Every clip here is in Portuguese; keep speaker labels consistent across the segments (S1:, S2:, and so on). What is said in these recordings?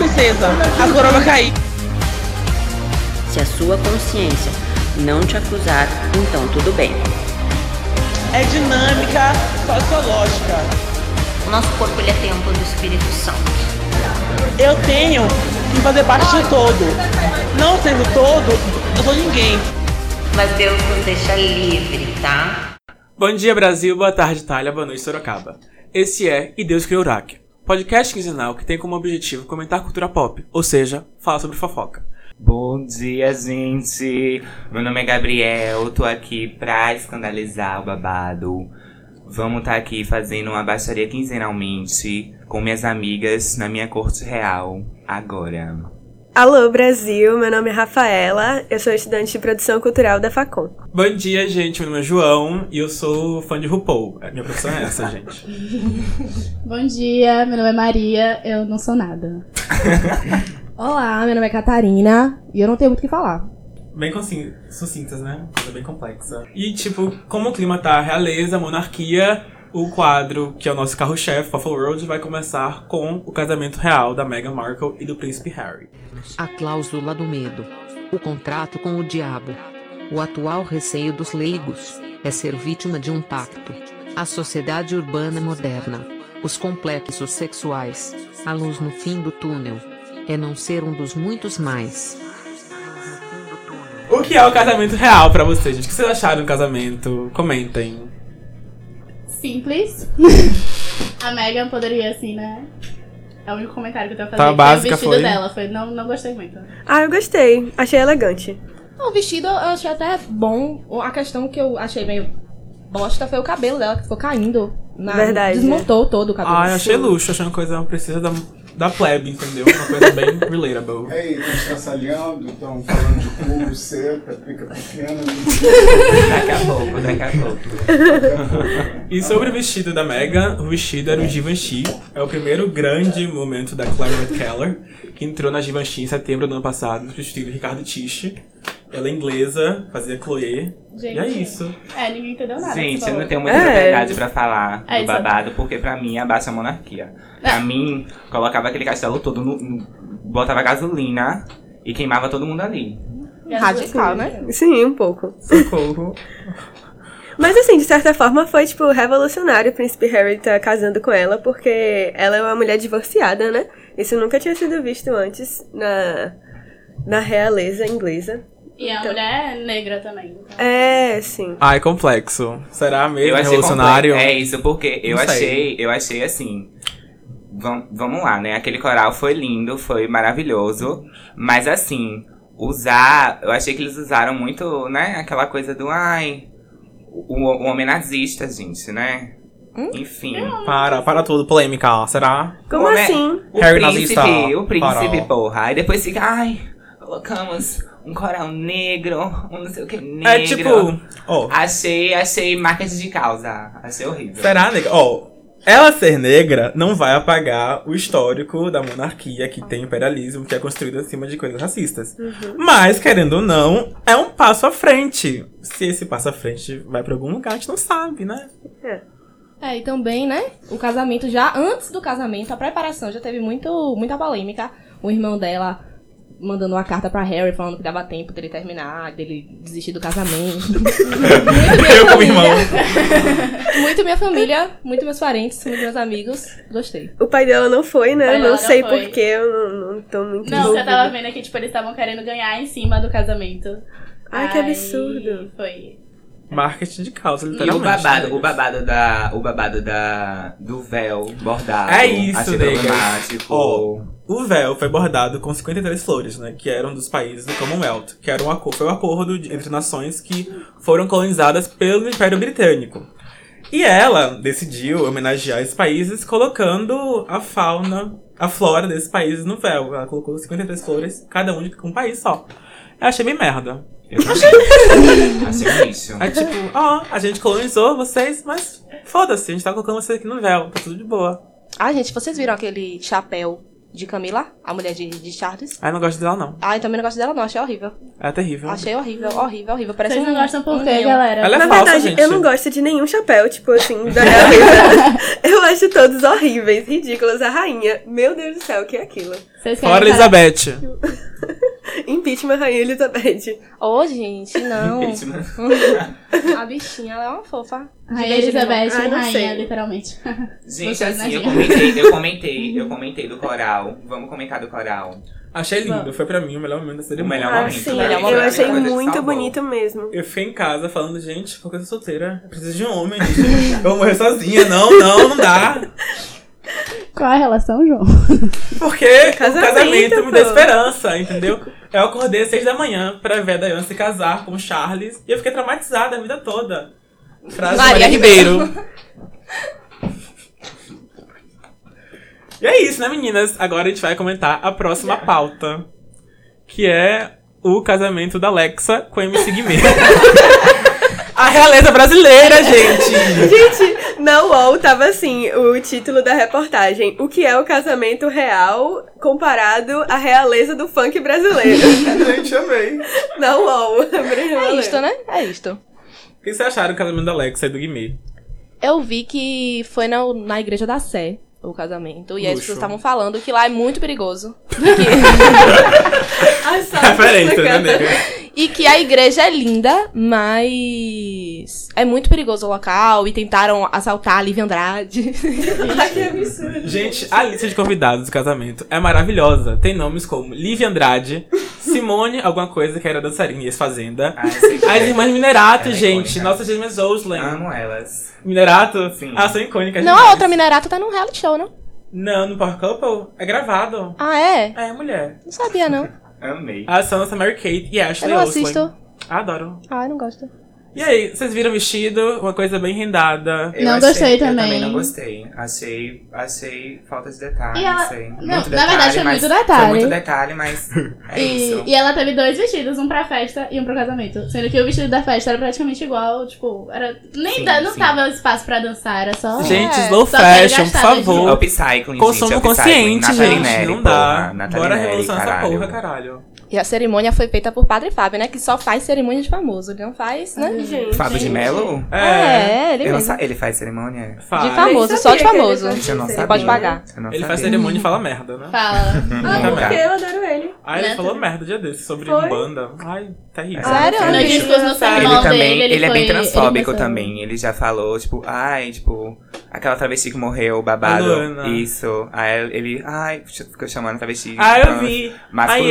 S1: acesa, a coroa cair.
S2: Se a sua consciência não te acusar, então tudo bem.
S1: É dinâmica sociológica.
S3: O nosso corpo ele é templo do Espírito Santo.
S1: Eu tenho que fazer parte do todo. Não sendo todo, eu sou ninguém.
S3: Mas Deus nos deixa livre, tá?
S4: Bom dia, Brasil. Boa tarde, Itália. Boa noite, Sorocaba. Esse é E Deus Criou Uraque, podcast quinzenal que tem como objetivo comentar cultura pop, ou seja, falar sobre fofoca.
S5: Bom dia, gente! Meu nome é Gabriel, tô aqui pra escandalizar o babado. Vamos estar aqui fazendo uma baixaria quinzenalmente com minhas amigas na minha corte real, agora.
S6: Alô Brasil, meu nome é Rafaela, eu sou estudante de produção cultural da Facom.
S4: Bom dia, gente. Meu nome é João e eu sou fã de RuPaul. É, Minha profissão é essa, gente.
S7: Bom dia, meu nome é Maria, eu não sou nada.
S8: Olá, meu nome é Catarina e eu não tenho muito o que falar.
S4: Bem consci- sucintas, né? Coisa bem complexa. E, tipo, como o clima tá realeza, monarquia, o quadro, que é o nosso carro-chefe, Waffle World, vai começar com o casamento real da Meghan Markle e do príncipe Harry.
S9: A cláusula do medo. O contrato com o diabo. O atual receio dos leigos é ser vítima de um pacto. A sociedade urbana moderna. Os complexos sexuais. A luz no fim do túnel. É não ser um dos muitos mais.
S4: O que é o casamento real pra vocês, gente? O que vocês acharam do casamento? Comentem.
S7: Simples. A Megan poderia, assim, né? É o único comentário que eu tenho a
S4: Tá,
S7: fazer. foi o
S4: básica
S7: vestido
S4: foi?
S7: dela. Foi, não, não gostei muito.
S6: Ah, eu gostei, achei elegante.
S8: O vestido eu achei até bom. A questão que eu achei meio bosta foi o cabelo dela, que ficou caindo. Na...
S6: Verdade,
S8: Desmontou todo o
S5: Tá
S8: cabelo.
S4: Ah, eu achei luxo, achando coisa precisa da, da plebe, entendeu? Uma coisa bem relatable.
S10: É isso, estraçalhando, estão então, falando de pulo, seca, pica pequena.
S5: Daqui a pouco, daqui a pouco.
S10: né?
S4: E sobre o vestido da Megan, o vestido era o Givenchy. É o primeiro grande momento da Claret Keller, que entrou na Givenchy em setembro do ano passado, no vestido do Ricardo Tiche. Ela é inglesa, fazia Chloé. E é isso.
S7: É, ninguém entendeu nada.
S5: Gente,
S7: você
S5: eu
S7: falou.
S5: não tenho muita
S6: É.
S5: liberdade pra falar
S7: É
S5: do
S7: isso.
S5: babado, porque pra mim abaixa a monarquia. Pra mim, colocava aquele castelo todo no. no- botava gasolina e queimava todo mundo ali.
S8: Radical, né?
S6: Sim, um pouco.
S4: Socorro.
S6: Mas assim, de certa forma foi tipo revolucionário o príncipe Harry tá casando com ela, porque ela é uma mulher divorciada, né? Isso nunca tinha sido visto antes na, na realeza inglesa.
S7: E a
S8: Então.
S7: mulher é negra também. então.
S6: É, sim.
S4: Ai, complexo. Será mesmo
S5: achei
S4: revolucionário?
S5: completo. É isso, porque eu
S4: Não sei.
S5: achei, eu achei assim. vam- Vamos lá, né? Aquele coral foi lindo, foi maravilhoso. Mas assim, usar. Eu achei que eles usaram muito, né? Aquela coisa do ai. O, o homem nazista, gente, né? Enfim.
S4: Para, para tudo, polêmica, ó. Será?
S6: Hum? Como
S5: Homem-
S6: assim?
S5: O
S4: Harry
S5: príncipe,
S4: nazista,
S5: o príncipe,
S4: farol.
S5: porra. Aí depois fica, ai, colocamos um coral negro, um não sei o que negro.
S4: É tipo. Ó,
S5: Achei, achei marketing de causa. Achei horrível.
S4: Será negra? Ó, ela ser negra não vai apagar o histórico da monarquia que tem imperialismo, que é construído acima de coisas racistas. Mas, querendo ou não, é um passo à frente. Se esse passo à frente vai pra algum lugar, a gente não sabe, né?
S8: É, e também, né? O casamento, já antes do casamento, a preparação já teve muito, muita polêmica. O irmão dela mandando uma carta pra Harry falando que dava tempo dele terminar, dele desistir do casamento. muito minha
S4: Eu como
S8: família.
S4: irmão.
S8: Muito minha família, muito meus parentes, muito meus amigos. Gostei.
S6: O pai dela não foi, né?
S7: pai
S6: Eu
S7: dela
S6: não
S7: não
S6: sei
S7: foi.
S6: porquê, eu não, não tô muito
S7: Não, você
S6: envolvida.
S7: tava vendo que, tipo, eles estavam querendo ganhar em cima do casamento.
S6: Ai, que
S7: Aí
S6: absurdo.
S7: Foi.
S4: Marketing de causa,
S5: E o
S4: literalmente.
S5: babado,
S4: né?
S5: o babado da. O babado da. Do véu bordado.
S4: É isso,
S5: achei
S4: nega.
S5: problemático.
S4: Ó. O véu foi bordado com 53 flores, né? Que eram dos países do Commonwealth, que era um acordo, foi um acordo de- entre nações que foram colonizadas pelo Império Britânico. E ela decidiu homenagear esses países colocando a fauna, a flora desses países no véu. Ela colocou 53 flores, cada um de um país só. Eu achei bem merda.
S5: Eu também. achei um lixo.
S4: É tipo, ó, a gente colonizou vocês, mas foda-se, a gente tá colocando vocês aqui no véu, tá tudo de boa.
S8: Ah, gente, vocês viram aquele chapéu de Camila, a mulher de, de Charles.
S4: Ai, não gosto dela, não.
S8: Ai, também não gosto dela, não. Achei horrível.
S4: É terrível.
S8: Achei horrível, horrível, horrível. Parece
S7: Vocês
S8: um,
S7: não gostam por
S8: um
S7: quê,
S8: ninho.
S7: galera?
S4: Ela é
S6: Na
S4: falsa,
S6: verdade,
S4: gente.
S6: eu não gosto de nenhum chapéu, tipo assim, da minha vida. Eu acho todos horríveis, ridículos. A rainha, meu Deus do céu, o que é aquilo?
S7: Vocês
S4: Fora
S7: querem parar-
S4: Elizabeth.
S6: Impeachment, Rainha Elizabeth.
S8: Ô, gente, não.
S5: Impeachment.
S8: a bichinha, ela é uma fofa.
S7: Rainha
S8: De vez em
S7: Elizabeth,
S6: Ah, não
S7: rainha,
S6: sei.
S7: literalmente.
S5: Gente,
S7: Vocês
S5: assim,
S7: imaginam.
S5: eu comentei, eu comentei, eu comentei do coral. Vamos comentar do coral.
S4: Achei lindo.
S7: Bom.
S4: Foi pra mim o melhor momento da
S5: O
S4: cerimônia.
S5: melhor
S6: Ah,
S5: momento.
S6: sim,
S8: ele
S5: pra
S8: é
S5: mim,
S8: uma
S5: foi
S6: eu
S5: a
S6: achei
S5: coisa que
S6: muito
S5: salvou.
S6: bonito mesmo.
S4: Eu fiquei em casa falando, gente, por que eu sou solteira? Eu preciso de um homem, gente. Eu vou morrer sozinha. Não, não, não dá.
S7: Qual é a relação, João?
S4: Porque o
S6: Casamento,
S4: casamento, me deu
S6: pô.
S4: esperança, entendeu? Eu acordei às seis da manhã pra ver a Dayane se casar com o Charles e eu fiquei traumatizada a vida toda. Frase de
S8: Maria
S4: Maria Ribeiro. e é isso, né, meninas? Agora a gente vai comentar a próxima pauta, que é o casamento da Alexa com a MC Guimê. a realeza brasileira, gente!
S6: Gente, na UOL tava assim, o título da reportagem. O que é o casamento real comparado à realeza do funk brasileiro?
S10: Gente, amei.
S6: na UOL.
S8: É isto, né? É isto.
S4: O que vocês acharam do casamento da Alexa e do Guimê?
S8: Eu vi que foi na, na igreja da Sé o casamento. E aí as
S4: Luxo.
S8: pessoas estavam falando que lá é muito perigoso.
S4: Referência, né, nega?
S8: E que a igreja é linda, mas é muito perigoso o local. E tentaram assaltar a Lívia Andrade.
S6: Ai, que absurdo.
S4: Gente, a lista de convidados do casamento é maravilhosa. Tem nomes como Lívia Andrade, Simone, alguma coisa que era dançarina e ex-fazenda.
S5: Ai, sim.
S4: As irmãs Minerato,
S5: é Ela é
S4: gente.
S5: icônica.
S4: Nossas gêmeas Oslen.
S5: Amo elas.
S4: Minerato?
S5: Sim.
S4: Ah, são icônicas.
S8: não, a
S4: demais.
S8: outra Minerato tá num reality show, não?
S4: Não, no Power Couple é gravado.
S8: Ah, é?
S4: É, mulher.
S8: Não sabia, não.
S5: Amei.
S4: A Sansa, Mary Kate e
S8: Eu
S4: Ashley
S8: não
S4: Oslen.
S8: assisto.
S4: Adoro.
S8: Ah, eu não gosto.
S4: E aí, vocês viram o vestido? Uma coisa bem rendada.
S5: Eu
S7: Não
S5: achei-
S7: gostei
S5: Eu
S7: também.
S5: também não gostei. Achei, achei falta de detalhe,
S7: E ela-
S5: não sei.
S7: não,
S5: Muito
S7: na
S5: detalhe,
S7: verdade foi
S5: mas-
S7: muito detalhe.
S5: Foi muito detalhe, mas é isso.
S7: E, e ela teve dois vestidos, um pra festa e um pro casamento. Sendo que o vestido da festa era praticamente igual, tipo, era. Nem
S5: Sim,
S7: da- não
S5: sim.
S7: tava espaço pra dançar, era só.
S4: Gente,
S8: É,
S4: slow
S7: só quero
S4: fashion, por
S7: gastar,
S4: favor.
S5: É o Upcycling,
S4: Consumo
S5: gente. é o upcycling.
S4: consciente,
S5: Nathalie
S4: gente.
S5: Neri,
S4: não dá.
S5: porra, Nathalie
S4: Bora
S5: Neri,
S4: revolucionar essa
S5: caralho.
S4: porra, caralho.
S8: E a cerimônia foi feita por Padre Fábio, né? Que só faz cerimônia de famoso. Ele não faz, né?
S6: Gente.
S5: Fábio de Melo?
S8: É, ele
S5: Eu não
S8: mesmo.
S5: sa- Ele faz cerimônia?
S4: Faz.
S8: De famoso, só de
S6: sabia que ele
S8: famoso.
S6: fazia.
S5: Gente, eu não
S6: Ele
S5: sabia.
S8: pode pagar.
S5: Eu não
S4: Ele faz
S5: sabia.
S4: cerimônia e fala merda, né?
S7: Fala.
S6: Ah, porque eu adoro ele.
S4: Ai, ele
S7: Né?
S4: falou merda dia desse sobre
S6: Foi.
S4: banda. Ai, terrível.
S8: Sério?
S5: É,
S7: No
S5: ele-
S7: discurso no
S6: Ele
S7: sermão
S5: Ele também,
S7: dele, ele,
S5: ele, é bem
S7: foi-
S5: transfóbico
S7: ele foi-
S5: também. Ele já falou, tipo, ai, tipo, aquela travesti que morreu, babado.
S4: A Luana.
S5: Isso. Aí ele, ai, ch- ficou chamando a travesti.
S4: Ah, eu
S5: trans,
S4: vi.
S5: Masculino.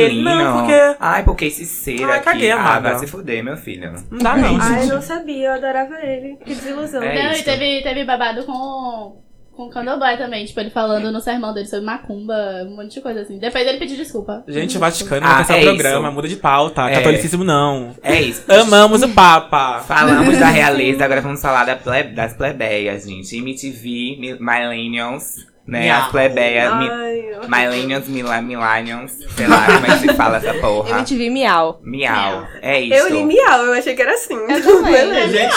S4: Aí ele, não, porque-
S5: Ai, porque esse ser
S4: Ai,
S5: aqui.
S4: caguei,
S5: ah,
S4: amada.
S5: vai se fuder, meu filho.
S4: Não dá não,
S6: Ai,
S4: gente.
S6: eu não sabia, eu adorava ele. Que desilusão.
S5: É.
S7: Não, e
S5: isso.
S7: teve, teve babado com. Com o Candomblé também, tipo, ele falando no sermão dele sobre macumba, um monte de coisa assim. Depois ele pediu desculpa.
S4: Gente, o Vaticano
S5: Ah,
S4: vai cansar
S5: é
S4: o programa,
S5: isso.
S4: muda de pauta.
S5: É.
S4: Catolicismo não.
S5: É isso.
S4: Amamos o Papa.
S5: Falamos da realeza, agora vamos falar da ple- das plebeias, gente. MTV, mi- Millennials, né?
S4: Miau.
S5: As plebeias. Mi
S6: Ai, eu-
S5: millennials, mila, Millennials, sei lá como é que se fala essa porra.
S8: MTV Miau.
S5: Miau. É isso.
S6: Ah. eu li miau, eu achei que era assim.
S8: também.
S6: Beleza.
S4: Gente,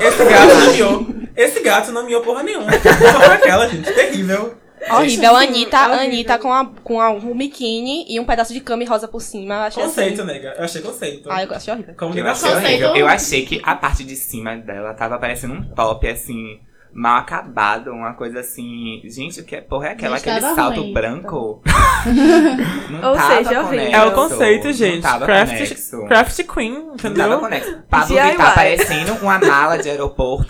S4: esse gato não miou. Esse gato não miou porra nenhuma. Só pra aquela, gente. Terrível.
S8: Horrível. Anitta,
S6: horrível.
S8: Anitta com, a, com a, um biquíni e um pedaço de cama e rosa por cima. Eu achei
S4: Conceito, né?
S8: assim...
S4: nega. Eu achei conceito.
S8: Ah, eu achei horrível.
S5: Eu
S4: Comunicação.
S5: achei
S7: Conceito.
S5: horrível. Eu achei que a parte de cima dela tava parecendo um top, assim, mal acabado, uma coisa assim. Gente, o que é- porra é aquela?
S7: Gente,
S5: Aquele
S7: tava
S5: salto
S7: ruim.
S5: branco? Não
S1: Tá,
S6: Ou
S5: tava
S6: seja,
S5: conexo,
S4: É o conceito, gente.
S5: Não tava
S4: Craft,
S5: conexo.
S4: craft Queen,
S5: Não tava
S4: entendeu?
S5: conexo. Pablo
S6: DIY.
S5: Vittar parecendo uma mala de aeroporto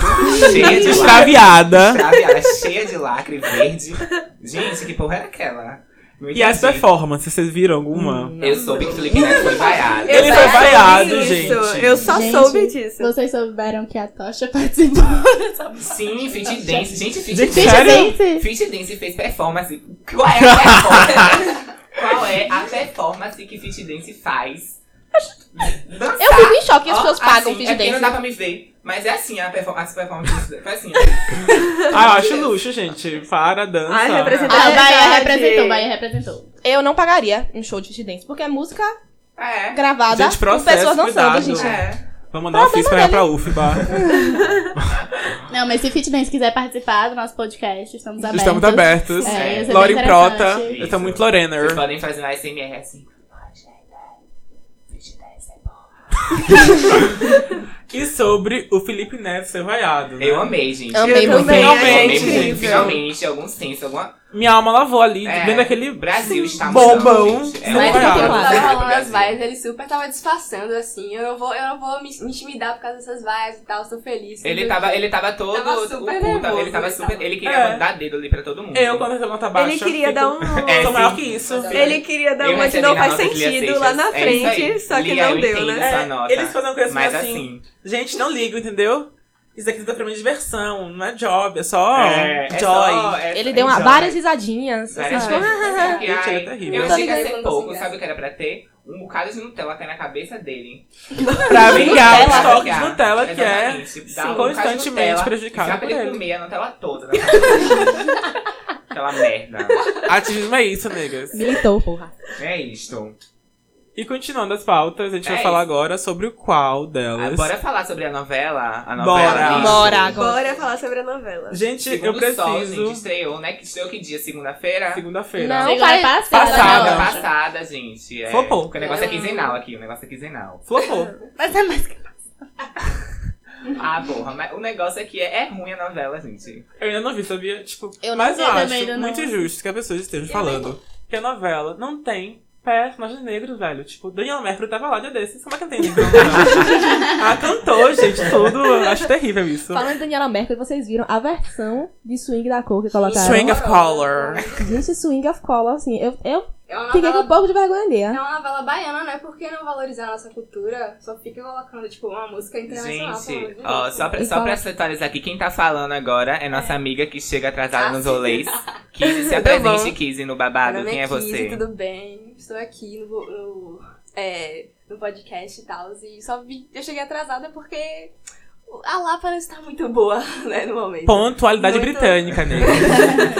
S5: cheia de lacre.
S4: Extraviada.
S5: Extraviada, cheia de lacre verde. Gente, que porra era aquela? Não
S4: E é as
S5: entendi.
S4: performances, vocês viram alguma?
S5: assim.
S11: Hum,
S5: Eu soube que o Felipe Neto foi vaiado.
S4: Ele
S6: Eu
S4: foi
S6: só
S4: vaiado,
S6: soube disso,
S4: gente.
S6: Eu só
S7: Gente,
S6: soube disso.
S7: Vocês souberam que a Tocha participou.
S5: Sim, Fit Dance. Gente, Fit
S4: Gente,
S5: Dance.
S4: sério?
S5: Fit Dance fez performance. Qual é a performance? Qual é a performance que Fit Dance faz? Dançar.
S8: Eu fico em choque que as
S5: Ó,
S8: pessoas pagam
S5: assim,
S8: Fit
S5: é porque
S8: Dance.
S5: não dá pra me ver. Mas é assim a perform- as performances. Faz assim.
S4: Ah, eu acho luxo, gente. Para, dança.
S6: Ai, representante.
S7: Ah, o Bahia
S6: É Verdade.
S7: representou, o Bahia representou.
S8: Eu não pagaria um show de Fit Dance, porque é música
S5: É.
S8: gravada
S4: Ah, Gente,
S8: com
S4: processo,
S11: É.
S8: pessoas dançando,
S4: cuidado.
S8: gente.
S5: É.
S4: Vamos mandar um ofício
S8: Problema
S4: pra, pra UFBA.
S7: Não, mas se Fitness quiser participar do nosso podcast, estamos abertos.
S11: Estamos abertos.
S7: É, isso é bem
S11: Lauren
S5: Ah,
S11: Prota.
S7: interessante.
S11: Eu tô muito
S5: Vocês
S11: Lorener.
S5: podem fazer um ASMR assim.
S4: E sobre o Felipe Neto ser vaiado. né?
S5: Eu amei, gente.
S11: Amei Eu muito. também,
S5: Finalmente,
S11: achei
S5: gente,
S11: incrível.
S5: finalmente, algum senso, alguma...
S4: Minha alma lavou ali,
S5: É,
S4: vendo aquele
S5: Brasil está
S4: bombom
S5: mudando, gente. É
S4: sendo
S5: uma
S11: Mas
S4: vaiado.
S11: porque
S5: maravilha
S12: tava
S5: do
S12: rolando as
S5: Brasil.
S12: vibes, ele super tava disfarçando, assim. Eu não vou, eu não vou me, me intimidar por causa dessas vibes e tal, sou feliz.
S5: Ele
S12: tudo
S5: tava,
S12: bem.
S5: ele tava todo.
S12: Tava
S5: o
S12: super
S5: cu tava- ele
S12: nervoso,
S5: tava
S12: ele
S5: super.
S12: tava.
S5: Ele queria
S4: É.
S5: dar dedo ali pra todo mundo.
S4: Eu, quando recebo nota baixa,
S6: Ele queria
S4: fico-
S6: dar um.
S5: É,
S4: Sou
S5: sim.
S4: maior que isso.
S6: Ele queria dar
S5: Eu
S6: uma que
S5: recebi
S6: não
S5: na
S6: faz
S5: nota de Lia
S6: sentido
S5: Seixas,
S6: lá na
S5: é isso aí.
S6: frente, só que
S5: Lia,
S6: não
S5: eu
S6: deu,
S5: entendo
S6: né?
S5: sua
S4: É,
S5: nota,
S4: eles fazem uma coisa assim,
S5: Mas
S4: assim. Gente, não ligo, entendeu? Isso aqui tá pra mim é diversão, não é job, é só
S5: é,
S4: joy.
S5: é só- é-
S8: Ele
S5: é
S8: deu uma-
S5: joy.
S8: várias risadinhas.
S5: Várias
S8: assim,
S5: vezes. Só que,
S4: Gente,
S5: ai,
S4: ele é terrível.
S5: Eu
S12: Tô
S5: achei que ia
S12: ligada
S5: ser
S12: quando
S5: pouco,
S12: você
S5: sabe o que era pra ter? Um bocado de Nutella até na cabeça dele.
S4: Pra vingar o
S5: Nutella,
S4: estoque de
S5: vingar.
S4: Nutella, que é
S5: Exatamente. Dá
S4: sim,
S5: um bocado de
S4: constantemente
S5: Nutella,
S4: prejudicado
S5: Já pra
S4: por
S5: ele
S4: ele.
S5: comer a Nutella toda. né? na cabeça dele. Aquela merda.
S4: Ativismo é isso, negas.
S8: Militou, porra.
S5: É isto.
S4: E continuando as pautas, a gente
S5: É
S4: vai falar
S5: isso.
S4: agora sobre o qual
S5: Ah,
S4: delas.
S5: Bora falar sobre a novela?
S4: Bora.
S5: A novela. bicho.
S8: Bora agora.
S6: Bora falar sobre a novela.
S4: Gente,
S5: Segundo
S4: eu preciso.
S5: Sol, gente, estreou, né? Que estreou que dia? Segunda-feira?
S4: Segunda-feira.
S8: Não,
S5: é
S7: Segunda
S8: faz...
S7: passada.
S4: Passada.
S7: não.
S5: Passada, gente. É,
S4: Flopou.
S5: Porque o negócio é quinzenal aqui, o negócio é quinzenal.
S4: Flopou.
S7: Mas é mais que-
S5: Ah, porra, mas o negócio aqui é, é ruim a novela, gente.
S4: Eu ainda não vi, sabia? Tipo,
S7: Eu não
S4: mas
S7: vi
S4: eu
S7: também,
S4: acho
S7: ainda não.
S4: muito justo que as pessoas estejam falando que a novela não tem personagens negros, velho. Tipo, Daniel Mercury tava lá dia desses. Como é que não tem negro? ah, cantou, gente, tudo. Eu Acho terrível isso.
S12: um
S8: Falando em Daniela Mercury, vocês viram a versão de um Swing da Cor que colocaram?
S4: Swing of Color.
S8: Gente, Swing of Color, assim, eu, eu
S12: É uma
S8: fiquei com um
S12: novela-
S8: pouco de vergonha
S12: É
S8: alheia.
S12: uma novela baiana, né? Por que não valorizar a nossa cultura? Só fica colocando, tipo, uma música internacional. pelo amor
S5: Gente,
S12: de
S5: ó,
S12: Deus.
S5: só pra,
S8: E
S5: só pra
S8: fala-
S5: atualizar aqui, quem tá falando agora é nossa amiga que chega atrasada
S12: Ah,
S5: nos
S12: sim.
S5: rolês. Kizzy, se
S6: Tá
S5: apresente,
S6: bom.
S5: Kizzy, no
S12: Meu
S5: babado.
S12: nome
S5: Quem é
S12: Kizzy,
S5: você?
S12: Tudo bem? Estou aqui no, no, é, no podcast e tal. E só vi, eu cheguei atrasada porque a Lapa não está muito boa, né, no momento.
S4: Pontualidade
S12: Muito.
S4: britânica, né?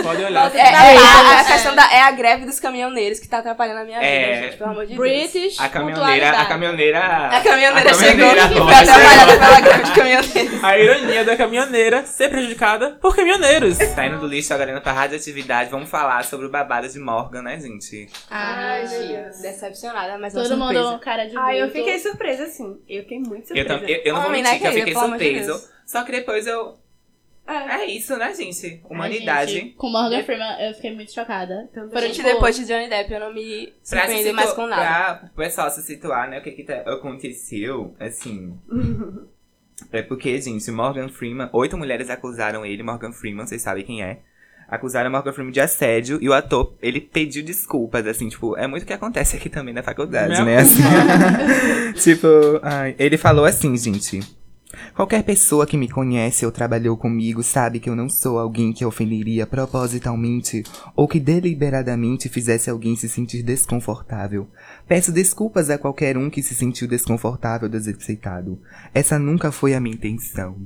S4: Pode olhar.
S12: É, é, a, a questão da, é a greve dos caminhoneiros que tá atrapalhando a minha
S5: É.
S12: vida, gente, pelo amor de Deus.
S8: British
S5: A caminhoneira, a caminhoneira.
S12: A caminhoneira,
S5: a caminhoneira
S12: chegou
S5: agora.
S12: pra atrapalhada pela greve de caminhoneiros.
S4: A ironia da caminhoneira ser prejudicada por caminhoneiros.
S5: Tá indo do lixo agora indo pra radioatividade. Vamos falar sobre o babado de Morgan, né, gente?
S7: Ai, Deus.
S12: Decepcionada, mas
S7: Todo
S12: uma surpresa.
S7: mundo cara de
S6: Ai, eu
S7: bruto.
S6: fiquei surpresa, assim. Eu fiquei muito
S5: Eu,
S6: surpresa.
S5: tam- eu, eu não vou
S12: Homem, né,
S5: mentir que eu
S12: querida? Pelo amor
S5: fiquei
S12: de
S5: surpreso.
S12: Deus.
S5: Só que depois eu.
S12: É.
S5: É isso, né, gente?
S7: Ai,
S5: Humanidade.
S7: gente, com Morgan Freeman, eu fiquei muito chocada. Foram,
S12: Gente,
S7: tipo,
S12: depois de Johnny Depp, eu não me
S5: Pra se
S12: surpreendi
S5: situ-
S12: mais com nada.
S5: pra o pessoal se situar, né? O que que tá- aconteceu, assim... é porque, gente, Morgan Freeman... Oito mulheres acusaram ele, Morgan Freeman, vocês sabem quem é. Acusaram Morgan Freeman de assédio e o ator, ele pediu desculpas, assim, tipo... É muito o que acontece aqui também na faculdade,
S4: Meu
S5: né? Assim, tipo, ai, ele falou assim, gente... Qualquer pessoa que me conhece ou trabalhou comigo sabe que eu não sou alguém que ofenderia propositalmente ou que deliberadamente fizesse alguém se sentir desconfortável. Peço desculpas a qualquer um que se sentiu desconfortável ou desaceitado. Essa nunca foi a minha intenção.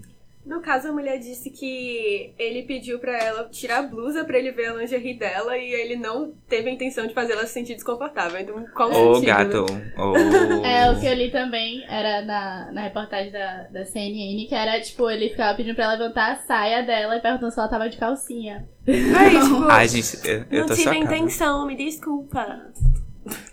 S6: No caso, a mulher disse que ele pediu pra ela tirar a blusa pra ele ver a lingerie dela e ele não teve a intenção de fazer ela se sentir desconfortável. Então, qual o sentido? né?
S5: Oh.
S7: É, o que eu li também era na, na reportagem da, da CNN, que era, tipo, ele ficava pedindo pra ela levantar a saia dela e perguntando se ela tava de calcinha.
S6: Aí, tipo,
S5: gente,
S6: não tive a intenção, me desculpa.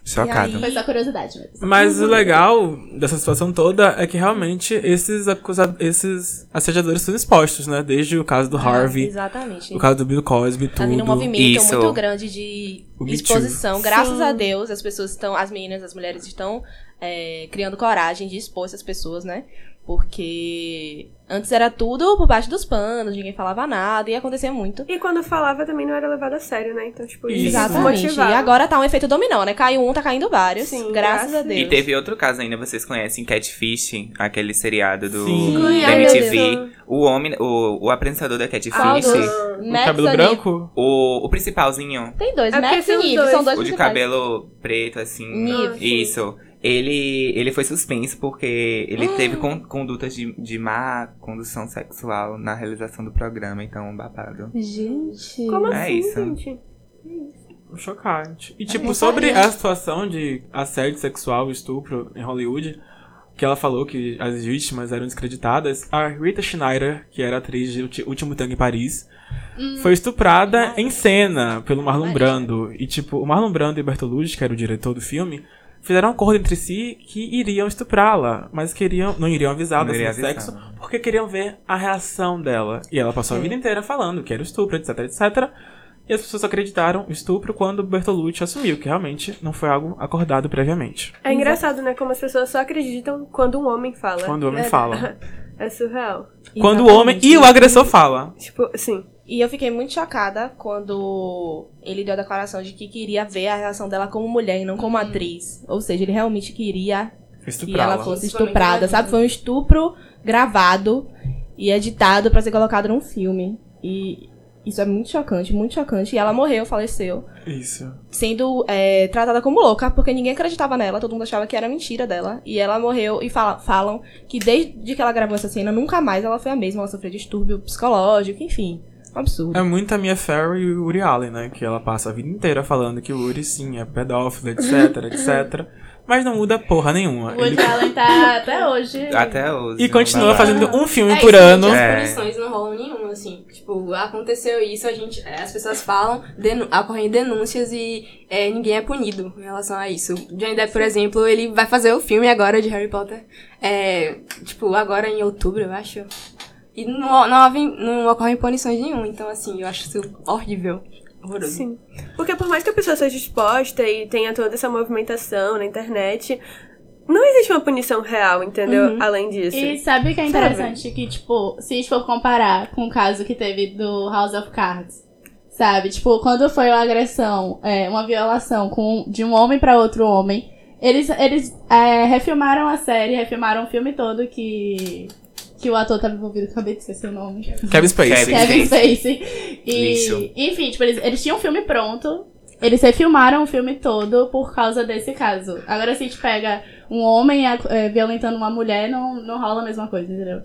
S8: Chocado.
S7: Foi só curiosidade mesmo.
S4: Mas o legal dessa situação toda é que realmente esses, acusa- esses assediadores são expostos, né? Desde o caso do Harvey,
S8: Ah, Exatamente.
S4: o caso do Bill Cosby,
S8: Tá vindo um
S4: tudo.
S8: movimento
S5: Isso.
S8: muito grande de
S4: O Me
S8: exposição. Graças
S6: Sim.
S8: a Deus, as pessoas estão, as meninas, as mulheres estão é, criando coragem de expor essas pessoas, né? Porque antes era tudo por baixo dos panos, ninguém falava nada e acontecia muito.
S6: E quando falava também não era levado a sério, né? Então, tipo,
S4: Isso.
S8: Exatamente. E
S6: desmotivava.
S8: agora tá um efeito dominó, né? Caiu um, tá caindo vários.
S6: Sim,
S8: graças,
S6: graças
S8: a
S6: a
S8: Deus.
S5: E teve outro caso ainda, vocês conhecem Catfish, aquele seriado do
S4: Sim.
S5: da
S8: Ai, meu
S5: MTV. O homem, o, o apresentador da
S8: Qual
S5: Catfish,
S8: dos?
S4: O
S8: Max
S4: cabelo
S8: Ani-
S4: branco?
S5: o, o principalzinho,
S8: Tem dois,
S6: É
S12: né?
S6: porque
S8: Max e
S6: são os
S8: Nive,
S6: dois.
S8: são dois
S5: o de
S8: principais.
S5: cabelo preto, assim.
S8: Nive.
S5: Isso. Ele, ele foi suspenso porque ele
S8: Ah.
S5: teve con- condutas de, de má condução sexual na realização do programa, então babado.
S8: Gente.
S6: Como
S5: É
S6: assim,
S5: isso.
S6: gente?
S4: Chocante. E, tipo, sobre a situação de assédio sexual, estupro em Hollywood, que ela falou que as vítimas eram descreditadas, a Rita Schneider, que era atriz de Ulti- Último Tango em Paris,
S11: Hum.
S4: foi estuprada em cena pelo Marlon Brando. E, tipo, o Marlon Brando e o Bertolucci, que era o diretor do filme, fizeram um acordo entre si que iriam estuprá-la, mas queriam, não iriam avisar
S5: Não
S4: do
S5: iria avisar.
S4: sexo, porque queriam ver a reação dela. E ela passou a
S5: Sim.
S4: vida inteira falando que era estupro, etc, etc. E as pessoas acreditaram estupro quando Bertolucci assumiu, que realmente não foi algo acordado previamente.
S6: É engraçado, né? Como as pessoas só acreditam quando um homem fala.
S4: Quando o homem
S6: É-
S4: fala.
S6: É surreal.
S4: Quando o homem e o agressor fala.
S6: Tipo, sim.
S8: E eu fiquei muito chocada quando ele deu a declaração de que queria ver a reação dela como mulher e não
S4: Uhum.
S8: como atriz. Ou seja, ele realmente queria que
S4: Estuprá-la.
S8: ela fosse
S4: Isso foi muito
S8: estuprada, sabe? Foi um estupro gravado e editado pra ser colocado num filme. E isso é muito chocante, muito chocante. E ela morreu, faleceu,
S4: Isso.
S8: sendo é, tratada como louca, porque ninguém acreditava nela, todo mundo achava que era mentira dela. E ela morreu e fala- falam que desde que ela gravou essa cena, nunca mais ela foi a mesma. Ela sofreu distúrbio psicológico, enfim. Um absurdo.
S4: É muito a Mia Farrow e o Uri Allen, né? Que ela passa a vida inteira falando que o Uri, sim, é pedófilo, etc, etc. Mas não muda porra nenhuma.
S7: O Woody Allen tá até hoje.
S5: Até hoje. É.
S4: E continua
S5: babado.
S4: fazendo um filme
S12: É,
S4: por
S12: isso, gente,
S4: ano.
S12: As punições não rolam nenhuma, assim. Tipo, aconteceu isso, a gente, é, as pessoas falam, denu- ocorrem denúncias e é, ninguém é punido em relação a isso. Johnny Depp, por exemplo, ele vai fazer o filme agora de Harry Potter. é, tipo, agora em outubro, eu acho. E não, não, havem- não ocorrem punições nenhuma. Então, assim, eu acho isso horrível. Horroroso.
S6: Sim. Porque por mais que a pessoa seja exposta e tenha toda essa movimentação na internet, não existe uma punição real, entendeu?
S7: Uhum.
S6: Além disso.
S7: E sabe o que é
S6: Sabe?
S7: interessante? Que, tipo, se a gente for comparar com o caso que teve do House of Cards, sabe? Tipo, quando foi uma agressão, é, uma violação com, de um homem pra outro homem, eles, eles é, refilmaram a série, refilmaram o filme todo que, que o ator tava envolvido, acabei de esquecer o nome.
S4: Kevin Spacey.
S7: Kevin Spacey.
S4: Lixo.
S7: E, enfim, tipo, eles, eles tinham um filme pronto. Eles refilmaram o filme todo por causa desse caso. Agora, se a gente pega um homem ac- eh, violentando uma mulher, não, não rola a mesma coisa, entendeu?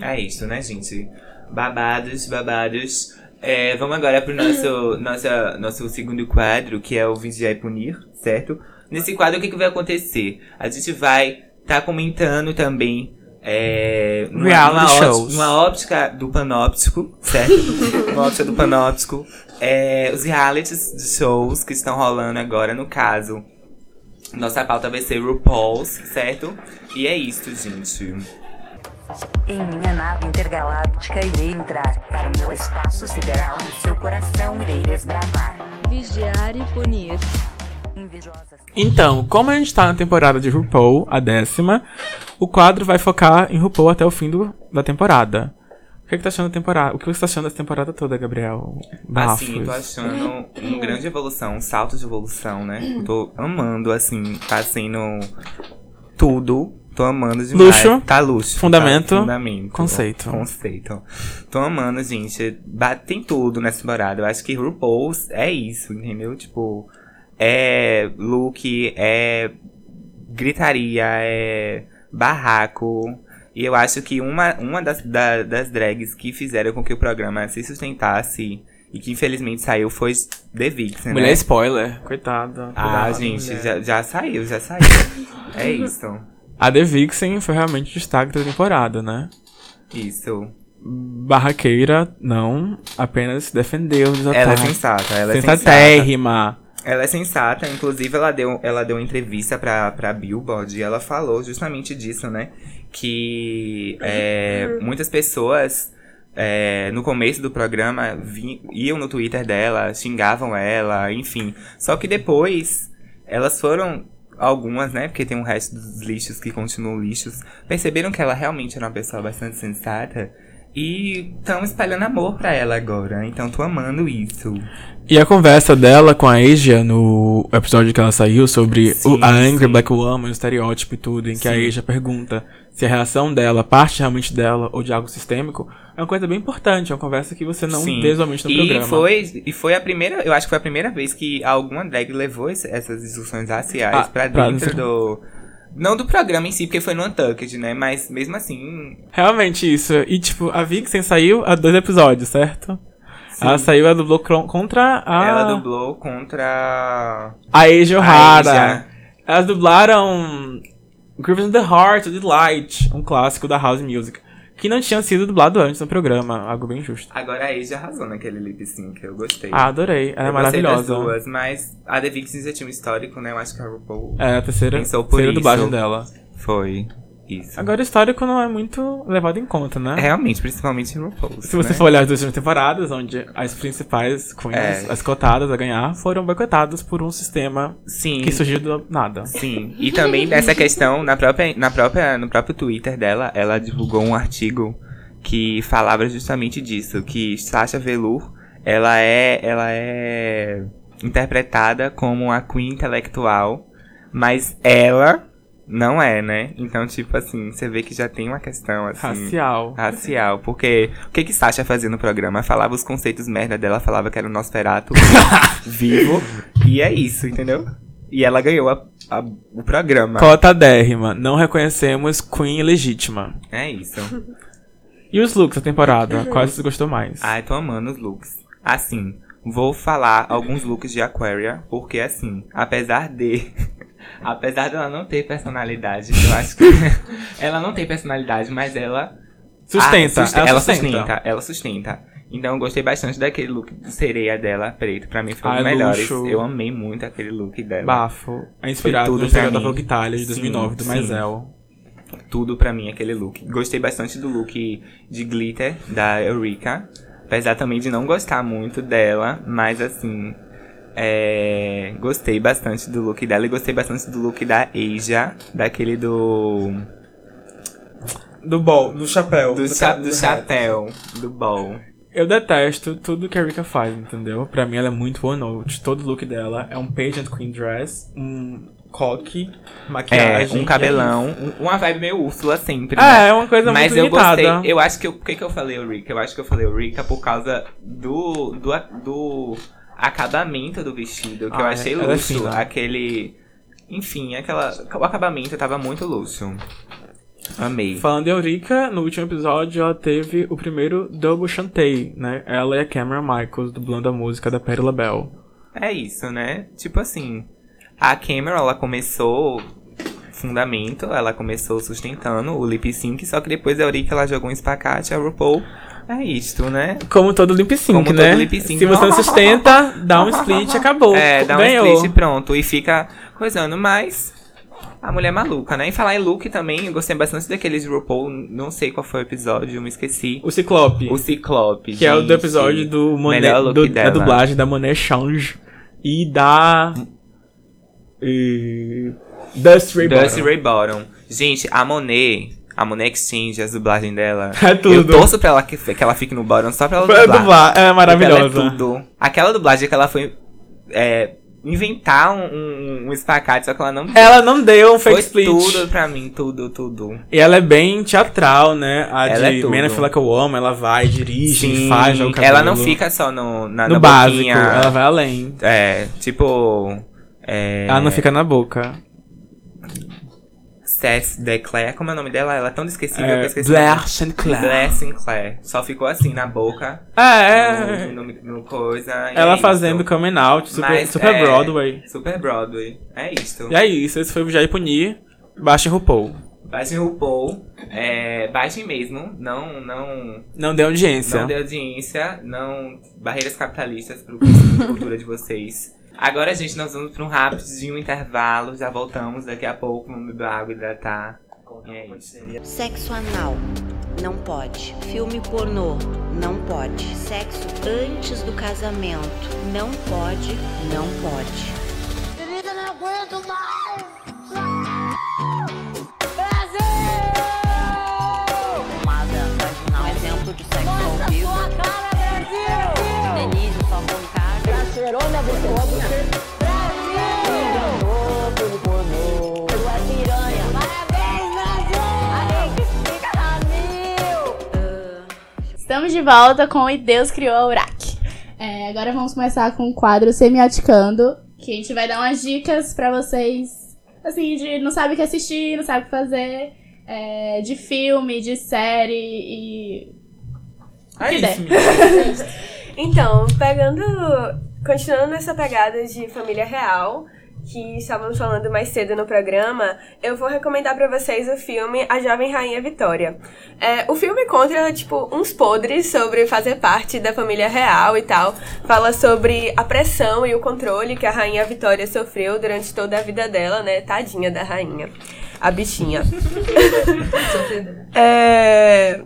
S5: É isso, né, gente? Babados, babados. É, vamos agora pro nosso, nossa, nosso segundo quadro, que é o Vigiar e Punir, certo? Nesse quadro, o que, que vai acontecer? A gente vai tá comentando também. É, numa,
S4: Reality
S5: numa óti-
S4: shows.
S5: numa óptica do panóptico, certo? uma óptica do panóptico. É, os realities de shows que estão rolando agora, no caso. Nossa pauta vai ser RuPaul's, certo? E é isso, gente.
S13: Em minha nave intergaláctica irei entrar. Para o meu espaço sideral, no seu coração irei desbravar. Vigiar e punir. Invejosas.
S4: Então, como a gente tá na temporada de RuPaul, a décima, o quadro vai focar em RuPaul até o fim do- da temporada. O que, é que tá achando da temporada? O que você tá achando dessa temporada toda, Gabriel? Bafos.
S5: Assim, eu tô achando uma grande evolução, um salto de evolução, né? Eu Tô amando, assim, tá sendo tudo. Tô amando demais.
S4: Luxo.
S5: Tá luxo. tá?
S4: Fundamento.
S5: Fundamento.
S4: Conceito.
S5: Conceito. Tô amando, gente. Bate em tudo nessa temporada. Eu acho que RuPaul's é isso, entendeu? Tipo, é look, é gritaria, é barraco. E eu acho que uma, uma das, da- das drags que fizeram com que o programa se sustentasse e que infelizmente saiu foi The Vixen,
S4: Mulher
S5: né?
S4: spoiler. Coitada.
S5: Ah,
S4: Cuidado,
S5: gente,
S4: mulher.
S5: já, já saiu, já saiu. é isso.
S4: A The Vixen foi realmente o destaque da temporada, né?
S5: Isso.
S4: Barraqueira, não. Apenas se defendeu dos
S5: Ela é
S4: ataques.
S5: sensata, ela é
S4: Sensatérrima.
S5: Ela é sensata, inclusive ela deu, ela deu uma entrevista pra, pra Billboard e ela falou justamente disso, né? Que é, muitas pessoas é, no começo do programa vi- iam no Twitter dela, xingavam ela, enfim. Só que depois elas foram. Algumas, né? Porque tem o resto dos lixos que continuam lixos. Perceberam que ela realmente era uma pessoa bastante sensata. E estão espalhando amor pra ela agora. Então tô amando isso.
S4: E a conversa dela com a Asia no episódio que ela saiu sobre o- a Angry Black Woman, o estereótipo e tudo, em que a
S5: Sim.
S4: Asia pergunta se a reação dela parte realmente dela ou de algo sistêmico, é uma coisa bem importante, é uma conversa que você não
S5: Sim.
S4: vê usualmente no
S5: e
S4: programa.
S5: Foi, e foi a primeira, eu acho que foi a primeira vez que alguma drag levou esse- essas discussões raciais
S4: Ah,
S5: pra
S4: pra
S5: dentro
S4: dentro.
S5: do. Não do programa em si, porque foi no Untucked, né? Mas mesmo assim.
S4: Realmente isso. E tipo, a Vixen saiu há dois episódios, certo?
S5: Sim.
S4: Ela saiu a dublou cron- contra a.
S5: Ela dublou contra.
S4: Ah. A Eiji
S5: A
S4: O'Hara.
S5: Eiji.
S4: Elas dublaram Grooves of the Heart, The Light, um clássico da House Music, que não tinha sido dublado antes no programa, algo bem justo.
S5: Agora a Age arrasou naquele lip sync, eu gostei.
S4: Ah, adorei, ela é
S5: eu gostei das
S4: maravilhosa.
S5: duas, mas a The Vixens já tinha um histórico, né? Eu acho que a RuPaul
S4: É, a terceira,
S5: pensou por
S4: terceira
S5: isso.
S4: dublagem dela.
S5: Foi isso.
S4: Agora o histórico não é muito levado em conta, né?
S5: Realmente, principalmente em né? RuPaul.
S4: Se você for olhar as duas últimas temporadas, onde as principais queens,
S5: É.
S4: as cotadas a ganhar, foram boicotadas por um sistema
S5: Sim.
S4: que surgiu do nada.
S5: Sim. E também é nessa questão, na própria, na própria, no próprio Twitter dela, ela divulgou um artigo que falava justamente disso, que Sasha Velour, ela é, ela é interpretada como a queen intelectual, mas ela não é, né? Então, tipo assim, você vê que já tem uma questão assim
S4: Racial.
S5: racial, porque o que que Sasha fazia no programa? Falava os conceitos merda dela, falava que era o Nosferatu vivo, e é isso, entendeu? E ela ganhou a- a- o programa.
S4: Cota dérrima, não reconhecemos Queen legítima.
S5: É isso.
S4: E os looks da temporada? Quais você gostou mais?
S5: Ai, tô amando os looks. Assim, vou falar alguns looks de Aquaria, porque assim, apesar de. apesar dela não ter personalidade, eu acho que. ela não tem personalidade, mas ela.
S4: Sustenta,
S5: Ah, suste-
S4: ela
S5: ela,
S4: sustenta.
S5: sustenta. Ela sustenta. Então eu gostei bastante daquele look de sereia dela, preto. Pra mim foi um
S4: Ai,
S5: dos melhores.
S4: Ah, é luxo.
S5: Eu amei muito aquele look dela.
S4: Bafo. É inspirado
S5: Foi
S4: no
S5: pra
S4: Instagram da
S5: mim.
S4: Vogue Itália de 2009, do
S5: sim.
S4: Maisel.
S5: Tudo pra mim aquele look. Gostei bastante do look de glitter da Eureka. Apesar também de não gostar muito dela, mas assim. é, Gostei bastante do look dela e gostei bastante do look da Asia, daquele do.
S4: Do bol, do chapéu.
S5: Do, cha- do chapéu, do bol.
S4: Eu detesto tudo que a Rika faz, entendeu? Pra mim ela é muito one note. Todo look dela é um pageant queen dress, um coque,
S5: É,
S4: maquiagem.
S5: um cabelão, um- uma vibe meio Úrsula sempre.
S4: É,
S5: né?
S4: é uma coisa
S5: Mas
S4: muito
S5: eu
S4: limitada.
S5: gostei. Eu acho que. eu- Por que, que eu falei Eureka? Eu acho que eu falei Eureka por causa do. do, do acabamento do vestido, que eu
S4: Ah, é.
S5: achei
S4: Ela é
S5: luxo.
S4: fina.
S5: aquele. Enfim, aquela. O acabamento tava muito luxo. Amei.
S4: Falando em Eurica, no último episódio ela teve o primeiro Double Chantei, né? Ela e a Cameron Michaels dublando a música da Perla Bell.
S5: É isso, né? Tipo assim, a Cameron, ela começou fundamento, ela começou sustentando o lip sync, só que depois a Eureka, ela jogou um espacate, a RuPaul, é isto, né?
S4: Como todo lip sync,
S5: Como todo
S4: né?
S5: lip sync.
S4: Se você não sustenta, dá um split, acabou.
S5: É, dá um
S4: Ganhou.
S5: split e pronto. E fica coisando, mas. A mulher é maluca, né? E falar em look também, eu gostei bastante daqueles RuPaul, não sei qual foi o episódio, eu me esqueci.
S4: O Ciclope.
S5: O Ciclope.
S4: Que é o do
S5: gente.
S4: episódio do Monet,
S5: Melhor look
S4: do- da
S5: dela.
S4: dublagem da Monet Change e da. E, Dust Ray
S5: Dusty
S4: Bottom.
S5: Ray Bottom. Gente, a Monet, a Monet Exchange, as dublagens dela.
S4: É tudo.
S5: Eu torço pra ela que, que ela fique no Bottom só pra ela
S4: Pra
S5: dublar.
S4: dublar, é maravilhosa.
S5: Porque ela é tudo. Aquela dublagem que ela foi é, inventar um, um, um espacate, só que ela não.
S4: Ela não deu um
S5: foi
S4: fake split.
S5: tudo pra mim, tudo, tudo.
S4: E ela é bem teatral, né? A
S5: Ela
S4: de
S5: é tudo.
S4: Man I Feel Like a Woman, ela vai, dirige,
S5: Sim,
S4: faz o cabelo.
S5: Ela não fica só no, na,
S4: no
S5: na
S4: básico,
S5: boquinha.
S4: ela vai além.
S5: É, tipo. É,
S4: Ela não fica na boca.
S5: Seth Declare, como é o nome dela? Ela é tão esquecível
S4: É,
S5: que eu esqueci.
S4: Blair Sinclair.
S5: Blair Sinclair. Só ficou assim na boca.
S4: É,
S5: No, no- no coisa. e
S4: Ela
S5: é
S4: fazendo
S5: isso.
S4: coming out, super,
S5: Mas
S4: super
S5: é,
S4: Broadway.
S5: Super Broadway. É isso.
S4: E é isso, esse foi o Jair Punir, baixa em RuPaul.
S5: Baixem RuPaul. É, baixem mesmo. Não, não.
S4: Não deu audiência.
S5: Não dê audiência, não. Barreiras capitalistas pro consumo de cultura de vocês. Agora, gente, nós vamos pra um rapidinho intervalo, já voltamos daqui a pouco, vamos beber água, hidratar. E é isso.
S2: Sexo anal. Não pode. Filme pornô. Não pode. Sexo antes do casamento. Não pode. Não pode.
S13: Querida, não aguento mais! Brasil! Tomada vaginal. Um exemplo de sexo ao vivo. sua cara, Brasil! Denise, sua vontade. Bracerona, você Brasil! Enganou pelo pornô. Lua piranha. Parabéns, Brasil! Aí que fica na mil!
S7: Estamos de volta com E Deus Criou a Urac. É, agora vamos começar com o quadro Semioticando, que a gente vai dar umas dicas pra vocês, assim, de não sabe o que assistir, não sabe o que fazer, é, de filme, de série e...
S4: É
S7: Que
S4: isso,
S6: Então, pegando. Continuando nessa pegada de família real, que estávamos falando mais cedo no programa, eu vou recomendar pra vocês o filme A Jovem Rainha Vitória. É, o filme conta, tipo, uns podres sobre fazer parte da família real e tal. Fala sobre a pressão e o controle que a Rainha Vitória sofreu durante toda a vida dela, né? Tadinha da rainha. A bichinha. É,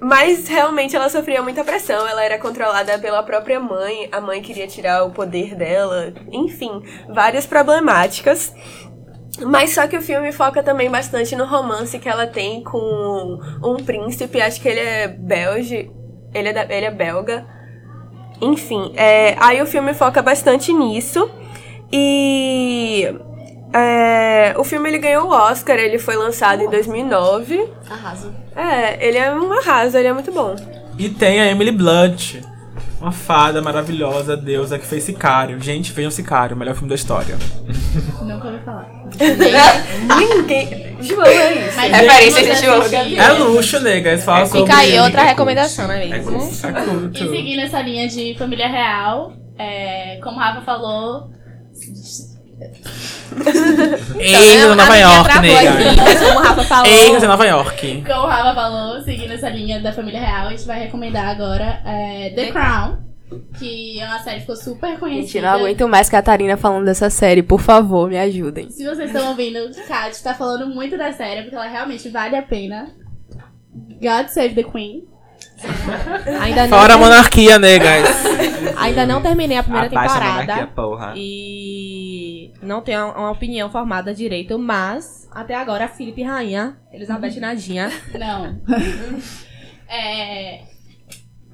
S6: Mas realmente ela sofria muita pressão, ela era controlada pela própria mãe, a mãe queria tirar o poder dela, enfim, várias problemáticas. Mas só que o filme foca também bastante no romance que ela tem com um príncipe, acho que ele é belge, ele é, da- ele é belga. Enfim, é, aí o filme foca bastante nisso. E é, o filme ele ganhou o Oscar, ele foi lançado em 2009.
S12: Arraso.
S6: É, ele é um arraso, ele é muito bom.
S4: E tem a Emily Blunt, uma fada maravilhosa, deusa que fez Sicário. Gente, vejam Sicário, o melhor filme da história.
S7: Nunca ouvi falar.
S6: Ninguém. João, é isso.
S7: Mas
S5: É
S7: referência
S5: de
S4: É luxo, nega. Eles falam sobre...
S8: É, Fica aí outra recomendação, né, mesmo?
S7: E seguindo essa linha de família real, é, como o Rafa falou.
S4: Eis
S7: Então,
S4: em Nova
S7: a minha
S4: York,
S7: travou
S4: nega.
S7: aqui, mas como o Rafa falou.
S4: Eis em Nova York.
S7: Como o Rafa falou, seguindo essa linha da família real, a gente vai recomendar agora é, The Crown, que é uma série que ficou super
S12: Gente,
S7: conhecida.
S12: não aguento mais Catarina falando dessa série. Por favor, me ajudem.
S7: Se vocês estão ouvindo, Kat tá falando muito da série, porque ela realmente vale a pena. God Save the Queen.
S8: Ainda não,
S4: Fora a
S8: ter-
S4: monarquia, né, negas.
S8: Ainda não terminei a primeira
S5: Abaixa a
S8: temporada.
S5: monarquia, porra.
S8: E não tenho uma opinião formada direito, mas até agora Felipe Rainha, Elizabeth Nadinha.
S7: Não. é...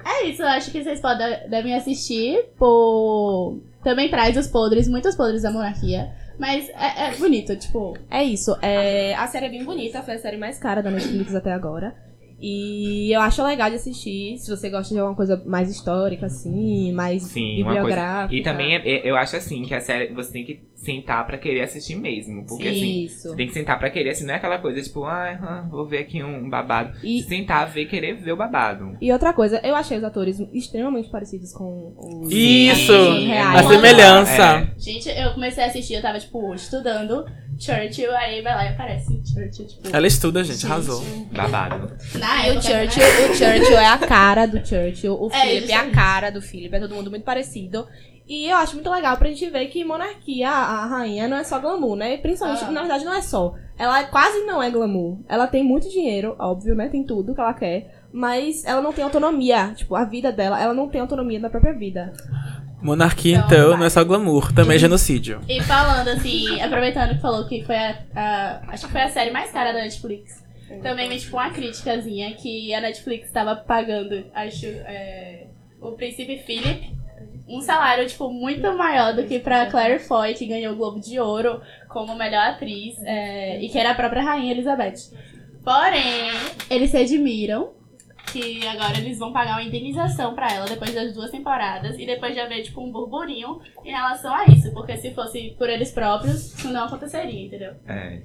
S7: é isso, eu acho que vocês podem, devem assistir por... Também traz os podres, muitos podres da monarquia. Mas é, é bonito, tipo...
S8: É isso. É, a série é bem bonita, foi a série mais cara da Netflix até agora. E eu acho legal de assistir, se você gosta de alguma coisa mais histórica, assim, mais
S5: Sim, uma coisa.
S8: bibliográfica.
S5: E também é- eu acho assim que a série você tem que sentar pra querer assistir mesmo. Porque assim,
S8: Isso.
S5: você tem que sentar pra querer, assim, não é aquela coisa, tipo, ah, ah, vou ver aqui um babado.
S8: E-
S5: Se sentar, ver, querer ver o babado.
S8: E outra coisa, eu achei os atores extremamente parecidos com os
S4: Isso!
S8: atores
S5: é
S4: A
S8: reais.
S4: semelhança.
S7: Gente, eu comecei a assistir, eu tava, tipo, estudando Churchill, aí vai lá e aparece Churchill, tipo...
S4: Ela estuda, gente, arrasou.
S5: É. Babado.
S7: Na
S8: E o
S7: época,
S8: Ah, Churchill,
S7: né?
S8: o Churchill é a cara do Churchill, o
S7: É,
S8: Philip é a
S7: justamente.
S8: cara do Philip, é todo mundo muito parecido. E eu acho muito legal pra gente ver que monarquia, a rainha, não é só glamour, né? E Principalmente,
S7: Ah.
S8: na verdade, não é só. Ela quase não é glamour. Ela tem muito dinheiro, óbvio, né? Tem tudo que ela quer. Mas ela não tem autonomia. Tipo, a vida dela, ela não tem autonomia da própria vida.
S4: Monarquia, então, não é só glamour, também é genocídio.
S7: E falando assim, aproveitando que falou que foi a, a- Acho que foi a série mais cara da Netflix. Também me tipo uma criticazinha que a Netflix tava pagando, acho, é, o príncipe Philip. Um salário, tipo, muito maior do que pra Claire Foy, que ganhou o Globo de Ouro como melhor atriz, é, e que era a própria Rainha Elizabeth. Porém, eles se admiram que agora eles vão pagar uma indenização pra ela depois das duas temporadas e depois de haver, tipo, um burburinho em relação a isso, porque se fosse por eles próprios, isso não aconteceria, entendeu?
S5: É.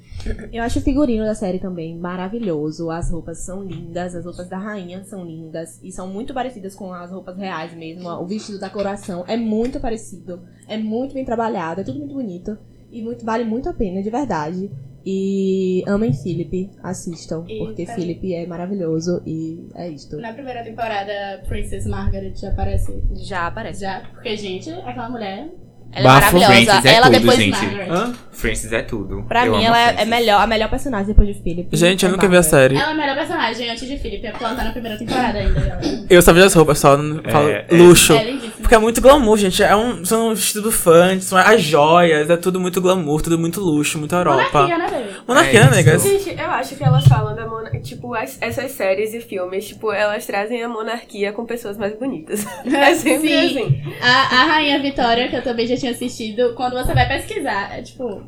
S8: Eu acho o figurino da série também maravilhoso. As roupas são lindas, as roupas da rainha são lindas e são muito parecidas com as roupas reais mesmo. O vestido da coroação é muito parecido, é muito bem trabalhado, é tudo muito bonito e muito- vale muito a pena, de verdade. E amem Philip, assistam,
S7: E
S8: porque
S7: tá aí.
S8: Philip é maravilhoso e é isto.
S7: Na primeira temporada, Princess Margaret já aparece.
S8: Já aparece.
S7: Já, porque, gente, aquela mulher.
S8: Ela é Bafo. maravilhosa.
S5: Frances é
S8: Ela
S5: tudo,
S8: depois-
S5: gente.
S7: Margaret.
S4: Hã?
S5: Frances é tudo.
S8: Pra
S5: Eu
S8: mim,
S5: amo
S8: ela é- é
S5: Frances.
S8: melhor, a melhor personagem depois de Philip.
S4: Gente, eu
S8: É
S4: nunca vi a
S8: Margaret.
S4: série.
S7: Ela é a melhor personagem antes de Philip, é porque ela tá na primeira temporada ainda. galera.
S4: Eu só vejo as roupas, só não falo
S5: é.
S4: luxo.
S7: É lindíssima.
S4: Porque é muito glamour, gente. É um, são os vestidos fãs, são as joias, é tudo muito glamour, tudo muito luxo, muito Europa.
S7: Monarquia, né, baby?
S4: Monarquia,
S5: É
S4: né, negas?
S6: Gente, eu acho que elas falam da monarquia. Tipo, as- essas séries e filmes, tipo, elas trazem a monarquia com pessoas mais bonitas. É sempre
S7: Sim.
S6: assim.
S7: A, a Rainha Vitória, que eu também já tinha assistido, quando você vai pesquisar, é tipo.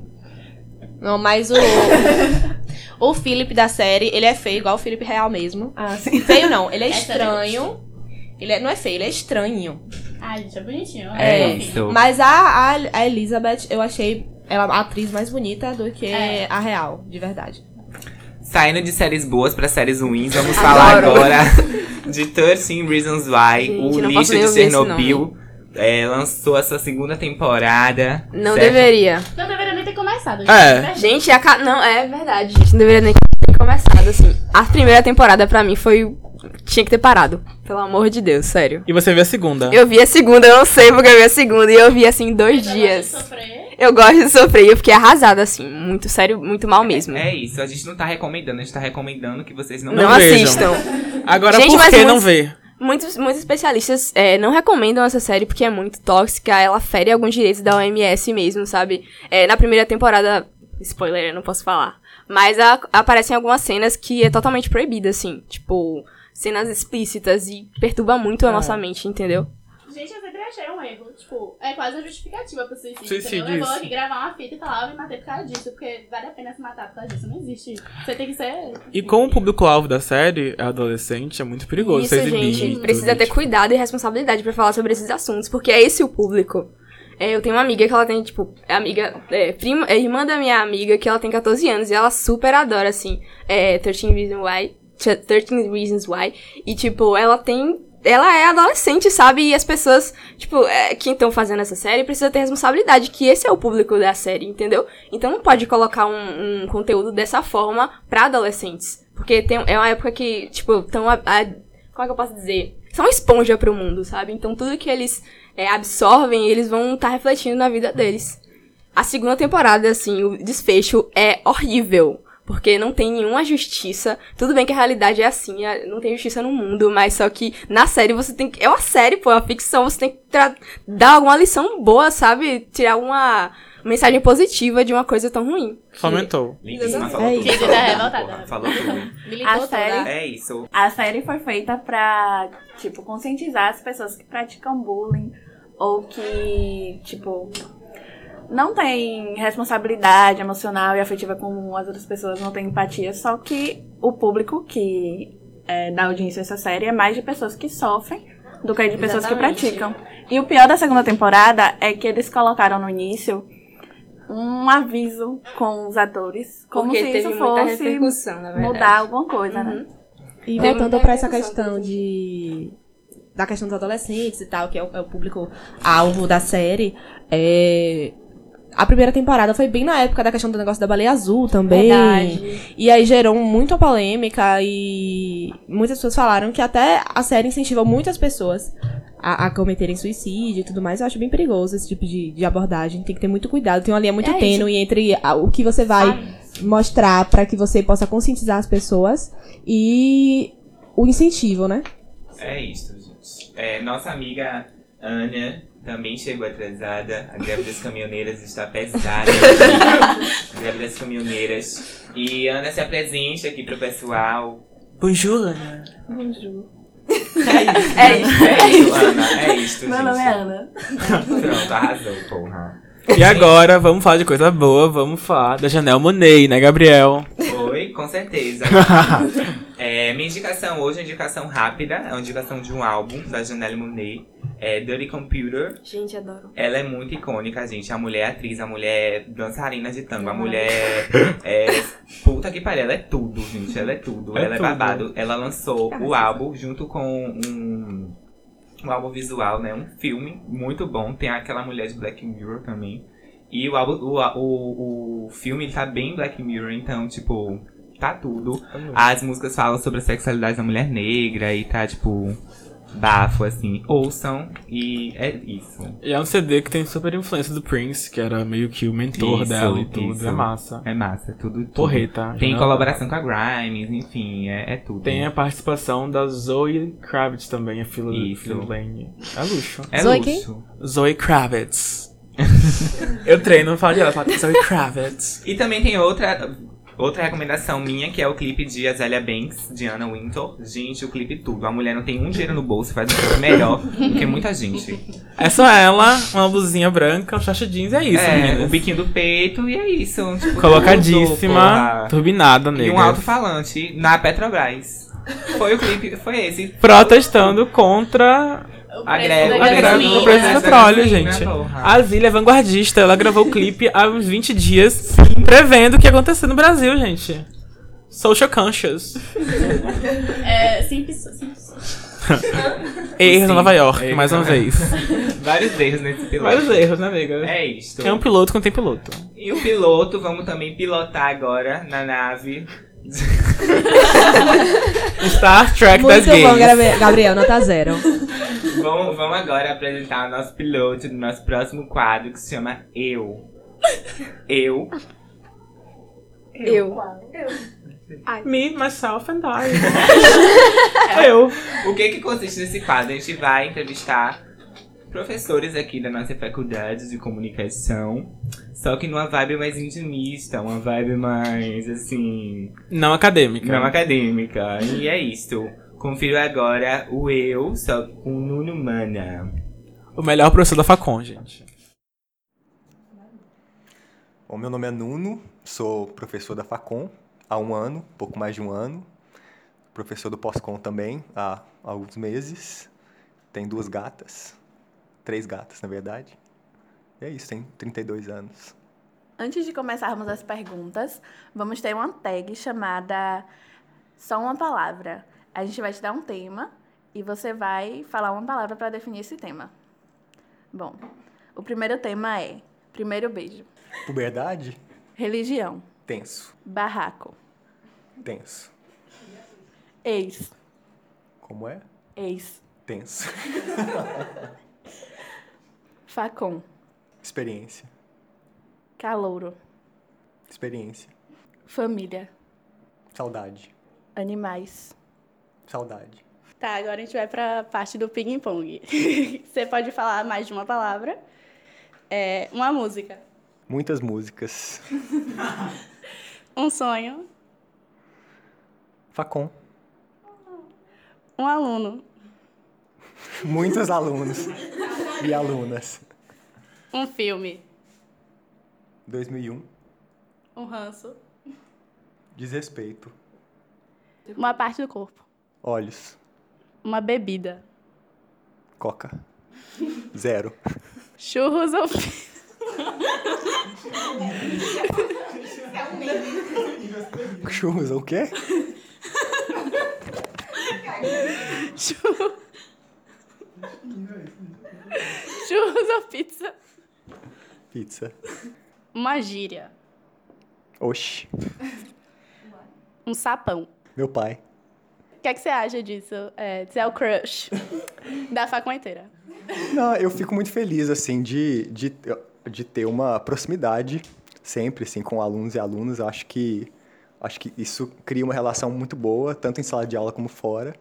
S8: Não, mas o. o Philip da série, ele é feio, igual o Philip real mesmo.
S6: Ah, sim.
S8: Feio não, ele é
S7: Essa
S8: estranho. Ele é- não é feio, ele é estranho.
S7: Ai, gente, é bonitinho.
S5: É,
S7: fofinho.
S5: isso.
S8: né? Mas a, a, a Elizabeth, eu achei ela a atriz mais bonita do que
S7: É.
S8: a real, de verdade.
S5: Saindo de séries boas pra séries ruins, vamos falar agora de 13 Reasons Why,
S12: Gente,
S5: o
S12: não
S5: lixo
S12: posso nem
S5: de
S12: ouvir esse
S5: Chernobyl. é, lançou a sua segunda temporada.
S12: Não
S5: certo?
S12: deveria.
S7: Não deveria nem começado.
S4: É.
S12: Gente, a ca... não, é verdade, gente. Não deveria nem ter começado, assim. A primeira temporada pra mim foi. Tinha que ter parado. Pelo amor de Deus, sério.
S4: E você vê a segunda.
S12: Eu vi a segunda, eu não sei porque eu vi a segunda. E eu vi assim em dois dias. Eu gosto de sofrer. E eu fiquei arrasada, assim. Muito sério, muito mal mesmo.
S5: É isso, a gente não tá recomendando, a gente tá recomendando que vocês não,
S12: Não,
S4: vejam.
S12: assistam.
S4: Agora,
S12: Gente,
S4: por
S12: mas
S4: que não
S12: muitos-
S4: vê?
S12: Muitos, muitos especialistas é, não recomendam essa série porque é muito tóxica, ela fere alguns direitos da OMS mesmo, sabe? É, na primeira temporada, spoiler, eu não posso falar. Mas a- aparecem algumas cenas que é totalmente proibida, assim. Tipo, cenas explícitas e perturba muito a nossa mente, entendeu?
S7: Gente, eu sempre achei um erro. Tipo, é quase a justificativa pro suicídio.
S4: Suicídio,
S7: entendeu? Eu vou
S4: isso.
S7: aqui gravar uma fita e falar, eu me matei por causa disso, porque vale a pena se matar por causa disso. Não existe. isso. Você tem que ser.
S4: E como o público-alvo da série é adolescente, é muito perigoso
S12: Isso,
S4: você exibir.
S12: gente,
S4: tudo.
S12: precisa ter cuidado e responsabilidade pra falar sobre esses assuntos, porque é esse o público. É, eu tenho uma amiga que ela tem, tipo, é amiga, é, prima, é irmã da minha amiga, que ela tem 14 anos, e ela super adora, assim, é, 13 Reasons Why, Ch- 13 Reasons Why, e, tipo, ela tem, ela é adolescente, sabe, e as pessoas, tipo, é, que estão fazendo essa série precisa ter responsabilidade, que esse é o público da série, entendeu? Então não pode colocar um, um conteúdo dessa forma pra adolescentes, porque tem, é uma época que, tipo, tão, a- a- como é que eu posso dizer? São esponja pro mundo, sabe? Então tudo que eles é, absorvem, eles vão estar refletindo na vida deles. A segunda temporada, assim, o desfecho é horrível. Porque não tem nenhuma justiça. Tudo bem que a realidade é assim, a- não tem justiça no mundo, mas só que na série você tem que. É uma série, pô, é uma ficção, você tem que tra- dar alguma lição boa, sabe? Tirar uma mensagem positiva de uma coisa tão ruim.
S4: Fomentou.
S5: Lindíssima,
S12: É
S5: falou tudo.
S12: isso.
S5: Falou
S12: Tá
S5: tudo,
S12: revoltada.
S5: porra, falou tudo.
S12: A série-
S5: É isso.
S11: A série foi feita pra, tipo, conscientizar as pessoas que praticam bullying ou que, tipo, não tem responsabilidade emocional e afetiva com as outras pessoas, não tem empatia. Só que o público que é, dá audiência a essa série é mais de pessoas que sofrem do que de pessoas
S12: Exatamente.
S11: que praticam. E o pior da segunda temporada é que eles colocaram no início um aviso com os atores, como
S12: Porque
S11: se isso
S12: teve muita
S11: fosse
S12: repercussão, na verdade.
S11: mudar alguma coisa, né?
S8: Uhum. E
S11: Teve
S8: voltando
S11: muita
S8: pra essa
S11: repercussão.
S8: questão de. Da questão dos adolescentes e tal, que é o, é o público-alvo da série. é, A primeira temporada foi bem na época da questão do negócio da baleia azul também.
S11: Verdade.
S8: E aí gerou muita polêmica e muitas pessoas falaram que até a série incentivou muitas pessoas a, a cometerem suicídio e tudo mais. Eu acho bem perigoso esse tipo de, de abordagem. Tem que ter muito cuidado. Tem uma linha muito
S11: É,
S8: tênue entre a- o que você vai mostrar pra que você possa conscientizar as pessoas e o incentivo, né?
S5: É isso, gente. É, nossa amiga Ana também chegou atrasada. A greve das caminhoneiras está pesada. A greve das caminhoneiras. E Ana se apresente aqui pro pessoal.
S1: Bonjour, Ana.
S11: Bonjour.
S5: É isso, é isso, Ana. É isso,
S11: Meu
S5: gente.
S11: nome é Ana.
S5: Pronto, arrasou, porra.
S4: E agora, vamos falar de coisa boa, vamos falar da Janelle Monet, né, Gabriel?
S5: Foi, com certeza. É, minha indicação hoje é uma indicação rápida. É uma indicação de um álbum da Janelle Monáe. É Dirty Computer.
S12: Gente, adoro.
S5: Ela é muito icônica, gente. A mulher é atriz, a mulher é dançarina de tango, a mulher é. Puta que pariu, ela é tudo, gente. Ela é tudo.
S4: É
S5: ela
S4: tudo.
S5: é babado. Ela lançou o álbum junto com um, um álbum visual, né? Um filme muito bom. Tem aquela mulher de Black Mirror também. E o álbum, o, o, o filme tá bem Black Mirror, então, tipo, tá tudo. As músicas falam sobre a sexualidade da mulher negra e tá, tipo, bafo, assim. Ouçam e é isso.
S4: E é um CD que tem super influência do Prince, que era meio que o mentor
S5: Isso,
S4: dela e tudo.
S5: isso.
S4: É massa.
S5: É massa, tudo. tudo.
S4: Porreta.
S5: Tem
S4: Janelle.
S5: colaboração com a Grimes, enfim, é, é tudo.
S4: Tem a participação da Zoe Kravitz também, a fila
S5: Isso.
S4: do Lane. É luxo.
S5: É Zoe quem? luxo.
S4: Zoe Kravitz. Eu treino, falo dela, falo Zoe Kravitz.
S5: E também tem outra, outra recomendação minha, que é o clipe de Azalea Banks, de Anna Wintour. Gente, o clipe tudo. A mulher não tem um dinheiro no bolso, faz um clipe melhor do que muita gente.
S4: É só ela, uma blusinha branca, um short jeans, é isso,
S5: É,
S4: meninas.
S5: o biquinho do peito e é isso. tipo, tudo,
S4: Colocadíssima,
S5: porra.
S4: turbinada
S5: E
S4: nele.
S5: um alto-falante na Petrobras. Foi o clipe, foi esse.
S4: Protestando contra
S5: A greve, né?
S4: a greve do preço do petróleo, gente. A Zilha é vanguardista, ela gravou o clipe há uns 20 dias, prevendo o que ia acontecer no Brasil, gente. Social conscious.
S7: É, simples. simples.
S4: Erros em
S5: Sim,
S4: Nova York,
S5: erros
S4: mais uma
S5: em Nova
S4: vez.
S5: Vários erros nesse piloto.
S4: Vários erros, né, amiga?
S5: É isto.
S4: É um piloto que não tem piloto.
S5: E o piloto, vamos também pilotar agora na nave.
S4: Star Trek das
S8: Muito bom,
S4: gays.
S8: Gabriel- Gabriel, nota zero.
S5: vamos, vamos agora apresentar o nosso piloto do nosso próximo quadro que se chama Eu. Eu.
S12: Eu.
S4: Me, myself and I.
S5: Eu. O que que consiste nesse quadro? A gente vai entrevistar professores aqui da nossa faculdade de comunicação, só que numa vibe mais intimista, uma vibe mais assim,
S4: Não acadêmica.
S5: não acadêmica. E é isso. Confiro agora o eu, só com o Nuno Mana.
S4: O melhor professor da Facon, gente.
S14: Bom, meu nome é Nuno, sou professor da Facom há um ano, pouco mais de um ano. Professor do Pós-Com também há alguns meses. Tem duas gatas, três gatas, na verdade. E é isso, tem 32 anos.
S11: né? Antes de começarmos as perguntas, vamos ter uma tag chamada Só uma palavra. A gente vai te dar um tema e você vai falar uma palavra para definir esse tema. Bom, o primeiro tema é primeiro beijo,
S14: Puberdade?
S11: religião,
S14: Tenso,
S11: barraco,
S14: tenso.
S11: ex,
S14: Como é?
S11: ex,
S14: Tenso.
S11: facom,
S14: Experiência,
S11: calouro,
S14: experiência.
S11: família,
S14: Saudade,
S11: animais.
S14: saudade.
S15: Tá, agora a gente vai pra parte do ping-pong. Você pode falar mais de uma palavra. É, uma música.
S14: Muitas músicas.
S15: Um sonho.
S14: Facom,
S15: Um aluno.
S14: muitos alunos e alunas.
S15: Um filme.
S14: 2001,
S15: Um ranço.
S14: desrespeito.
S15: Uma parte do corpo.
S14: Olhos,
S15: Uma bebida.
S14: coca. Zero.
S15: Churros ou.
S14: Churros, o quê?
S15: Churros. Churros ou pizza?
S14: Pizza.
S15: Uma gíria.
S14: Oxi.
S15: Um sapão.
S14: Meu pai.
S15: O que, é que você acha disso? É, você é o crush da facão inteira.
S14: Não, eu fico muito feliz, assim, de, de, de ter uma proximidade sempre, assim, com alunos e alunas. Eu Acho que, acho que isso cria uma relação muito boa, tanto em sala de aula como fora.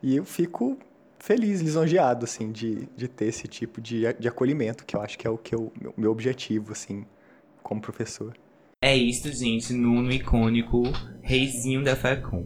S14: E eu fico feliz, lisonjeado, assim, de, de ter esse tipo de, de acolhimento, que eu acho que é o que eu, meu, meu objetivo, assim, como professor.
S5: É isso, gente. Nuno icônico, reizinho da Facom.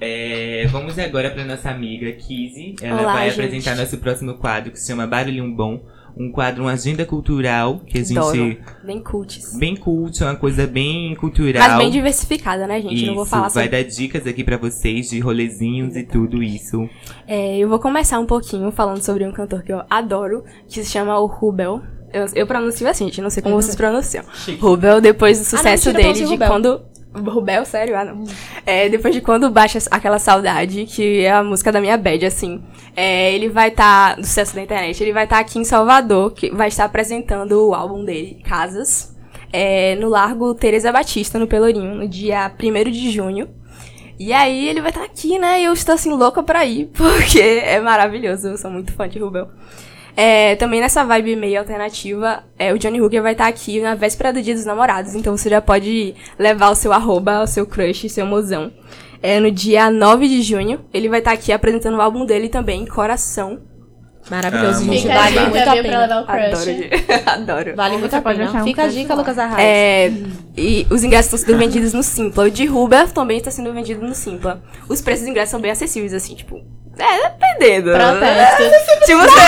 S5: É, vamos agora para nossa amiga Kizzy. Ela
S16: Olá,
S5: vai
S16: gente.
S5: apresentar nosso próximo quadro que se chama Barulhinho Bom. Um quadro, uma agenda cultural que a gente.
S12: Adoro. Bem cultes.
S5: Bem cult, é uma coisa bem cultural.
S12: Mas bem diversificada, né, gente?
S5: Isso,
S12: Não vou falar
S5: vai
S12: sobre
S5: dar dicas aqui pra vocês de rolezinhos e tudo isso.
S12: É, eu vou começar um pouquinho falando sobre um cantor que eu adoro, que se chama o Rubel. Eu, eu pronuncio assim, gente, não sei como vocês pronunciam. Rubel, depois do
S11: Ah, não,
S12: sucesso
S11: mentira, eu pronuncio
S12: dele, de
S11: Rubel.
S12: quando. Rubel, sério? Ah, não. É, depois de quando baixa aquela saudade, que é a música da minha bad, assim. É, ele vai estar. do sucesso da internet, ele vai estar aqui em Salvador, que vai estar apresentando o álbum dele, Casas, é, no Largo Teresa Batista, no Pelourinho, no dia 1 de junho. E aí ele vai estar aqui, né? E eu estou assim louca pra ir, porque é maravilhoso, eu sou muito fã de Rubel. É, também nessa vibe meio alternativa, é, o Johnny Hooker vai estar aqui na véspera do Dia dos Namorados, então você já pode levar o seu arroba, o seu crush, seu mozão. É, no dia 9 de junho, ele vai estar aqui apresentando o álbum dele também, Coração. Maravilhoso,
S8: Amo.
S12: gente.
S8: Fica a
S12: vale
S8: dica,
S12: muito a
S8: viu, pra
S12: pena.
S8: levar o crush.
S12: Adoro, gente. Adoro.
S8: Vale muito a pena. Fica a dica, Lucas Arraes.
S12: É, e os ingressos estão sendo vendidos no Simpla. O de Ruba também está sendo vendido no Simpla. Os preços dos ingressos são bem acessíveis, assim, tipo. É, dependendo. É
S8: Protesto.
S12: Se você.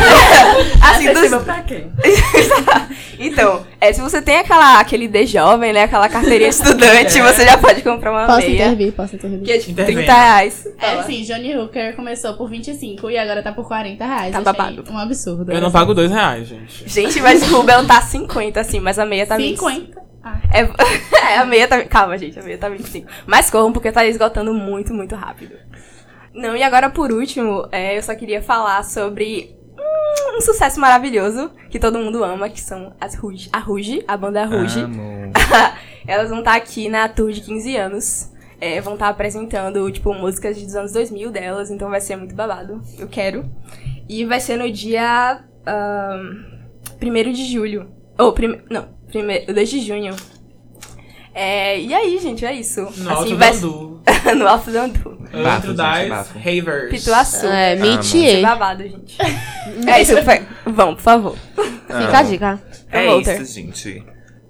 S12: assim,
S8: Acessível
S12: dos...
S8: pra quem?
S12: Então, é, se você tem aquela, aquele D jovem, né? Aquela carteirinha de estudante,
S7: É.
S12: você já pode comprar uma
S7: Posso
S12: meia.
S7: intervir, posso intervir.
S12: Que é tipo 30 reais.
S7: É, sim, Johnny Hooker começou por 25 e agora tá por 40 reais.
S12: Tá
S7: Achei
S12: babado.
S7: Um absurdo.
S4: Eu não pago dois reais, gente.
S12: Gente, mas o Rubel tá 50, assim, mas a meia tá
S7: 50?
S12: 25. É, é, a meia tá. Calma, gente, a meia tá 25. Mas corram, porque tá esgotando muito, muito rápido. Não, e agora por último, é, eu só queria falar sobre hum, um sucesso maravilhoso que todo mundo ama, que são as Ruge, a Ruge, a banda Ruge.
S16: Amo.
S12: Elas vão estar aqui na tour de 15 anos. É, vão estar apresentando, tipo, músicas dos anos 2000 delas, então vai ser muito babado. Eu quero. E vai ser no dia. 1 de julho. Ou, prime... não, 1 de junho. É, e aí, gente, é isso.
S4: No Alto
S12: vai-
S4: Dandu.
S12: no Alto Dandu.
S4: Andrew
S5: Bafo, gente,
S4: Dice,
S5: bafo. Ah,
S4: Havers.
S12: Pituaçu.
S4: É,
S12: Vai
S4: Meet
S12: ser
S4: Ye.
S12: babado, gente. é isso, foi. Vamos, por favor.
S6: Ah.
S12: 嗯
S5: Amo. É
S12: Walter.
S5: isso, gente.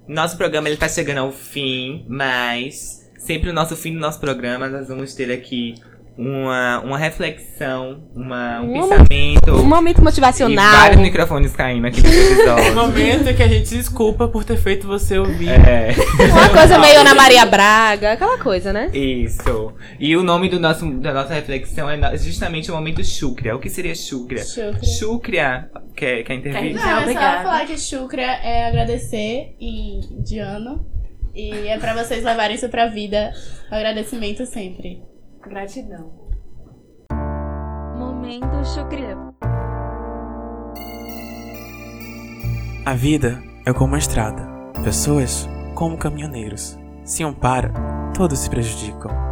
S5: Nosso programa ele tá chegando ao fim, mas sempre o nosso fim do nosso programa nós vamos ter aqui uma, uma reflexão, uma, um
S8: Um-
S5: pensamento.
S8: Um momento
S5: E
S8: motivacional.
S5: vários microfones caindo aqui nesse episódio.
S4: Um momento em que a gente se desculpa por ter feito você ouvir.
S5: É.
S8: Uma coisa meio Ana Maria Braga, aquela coisa, né?
S5: Isso. E o nome do nosso, da nossa reflexão é na- justamente o momento Shukria. O que seria Shukria?
S7: Shukria.
S5: Shukria. Quer, quer intervir?
S7: Não, é só falar que Shukra é agradecer em indiano. E é pra vocês levarem isso pra vida. Agradecimento sempre.
S11: Gratidão.
S17: Momento Shukriya.
S4: A vida é como uma estrada. Pessoas como caminhoneiros. Se um para, todos se prejudicam.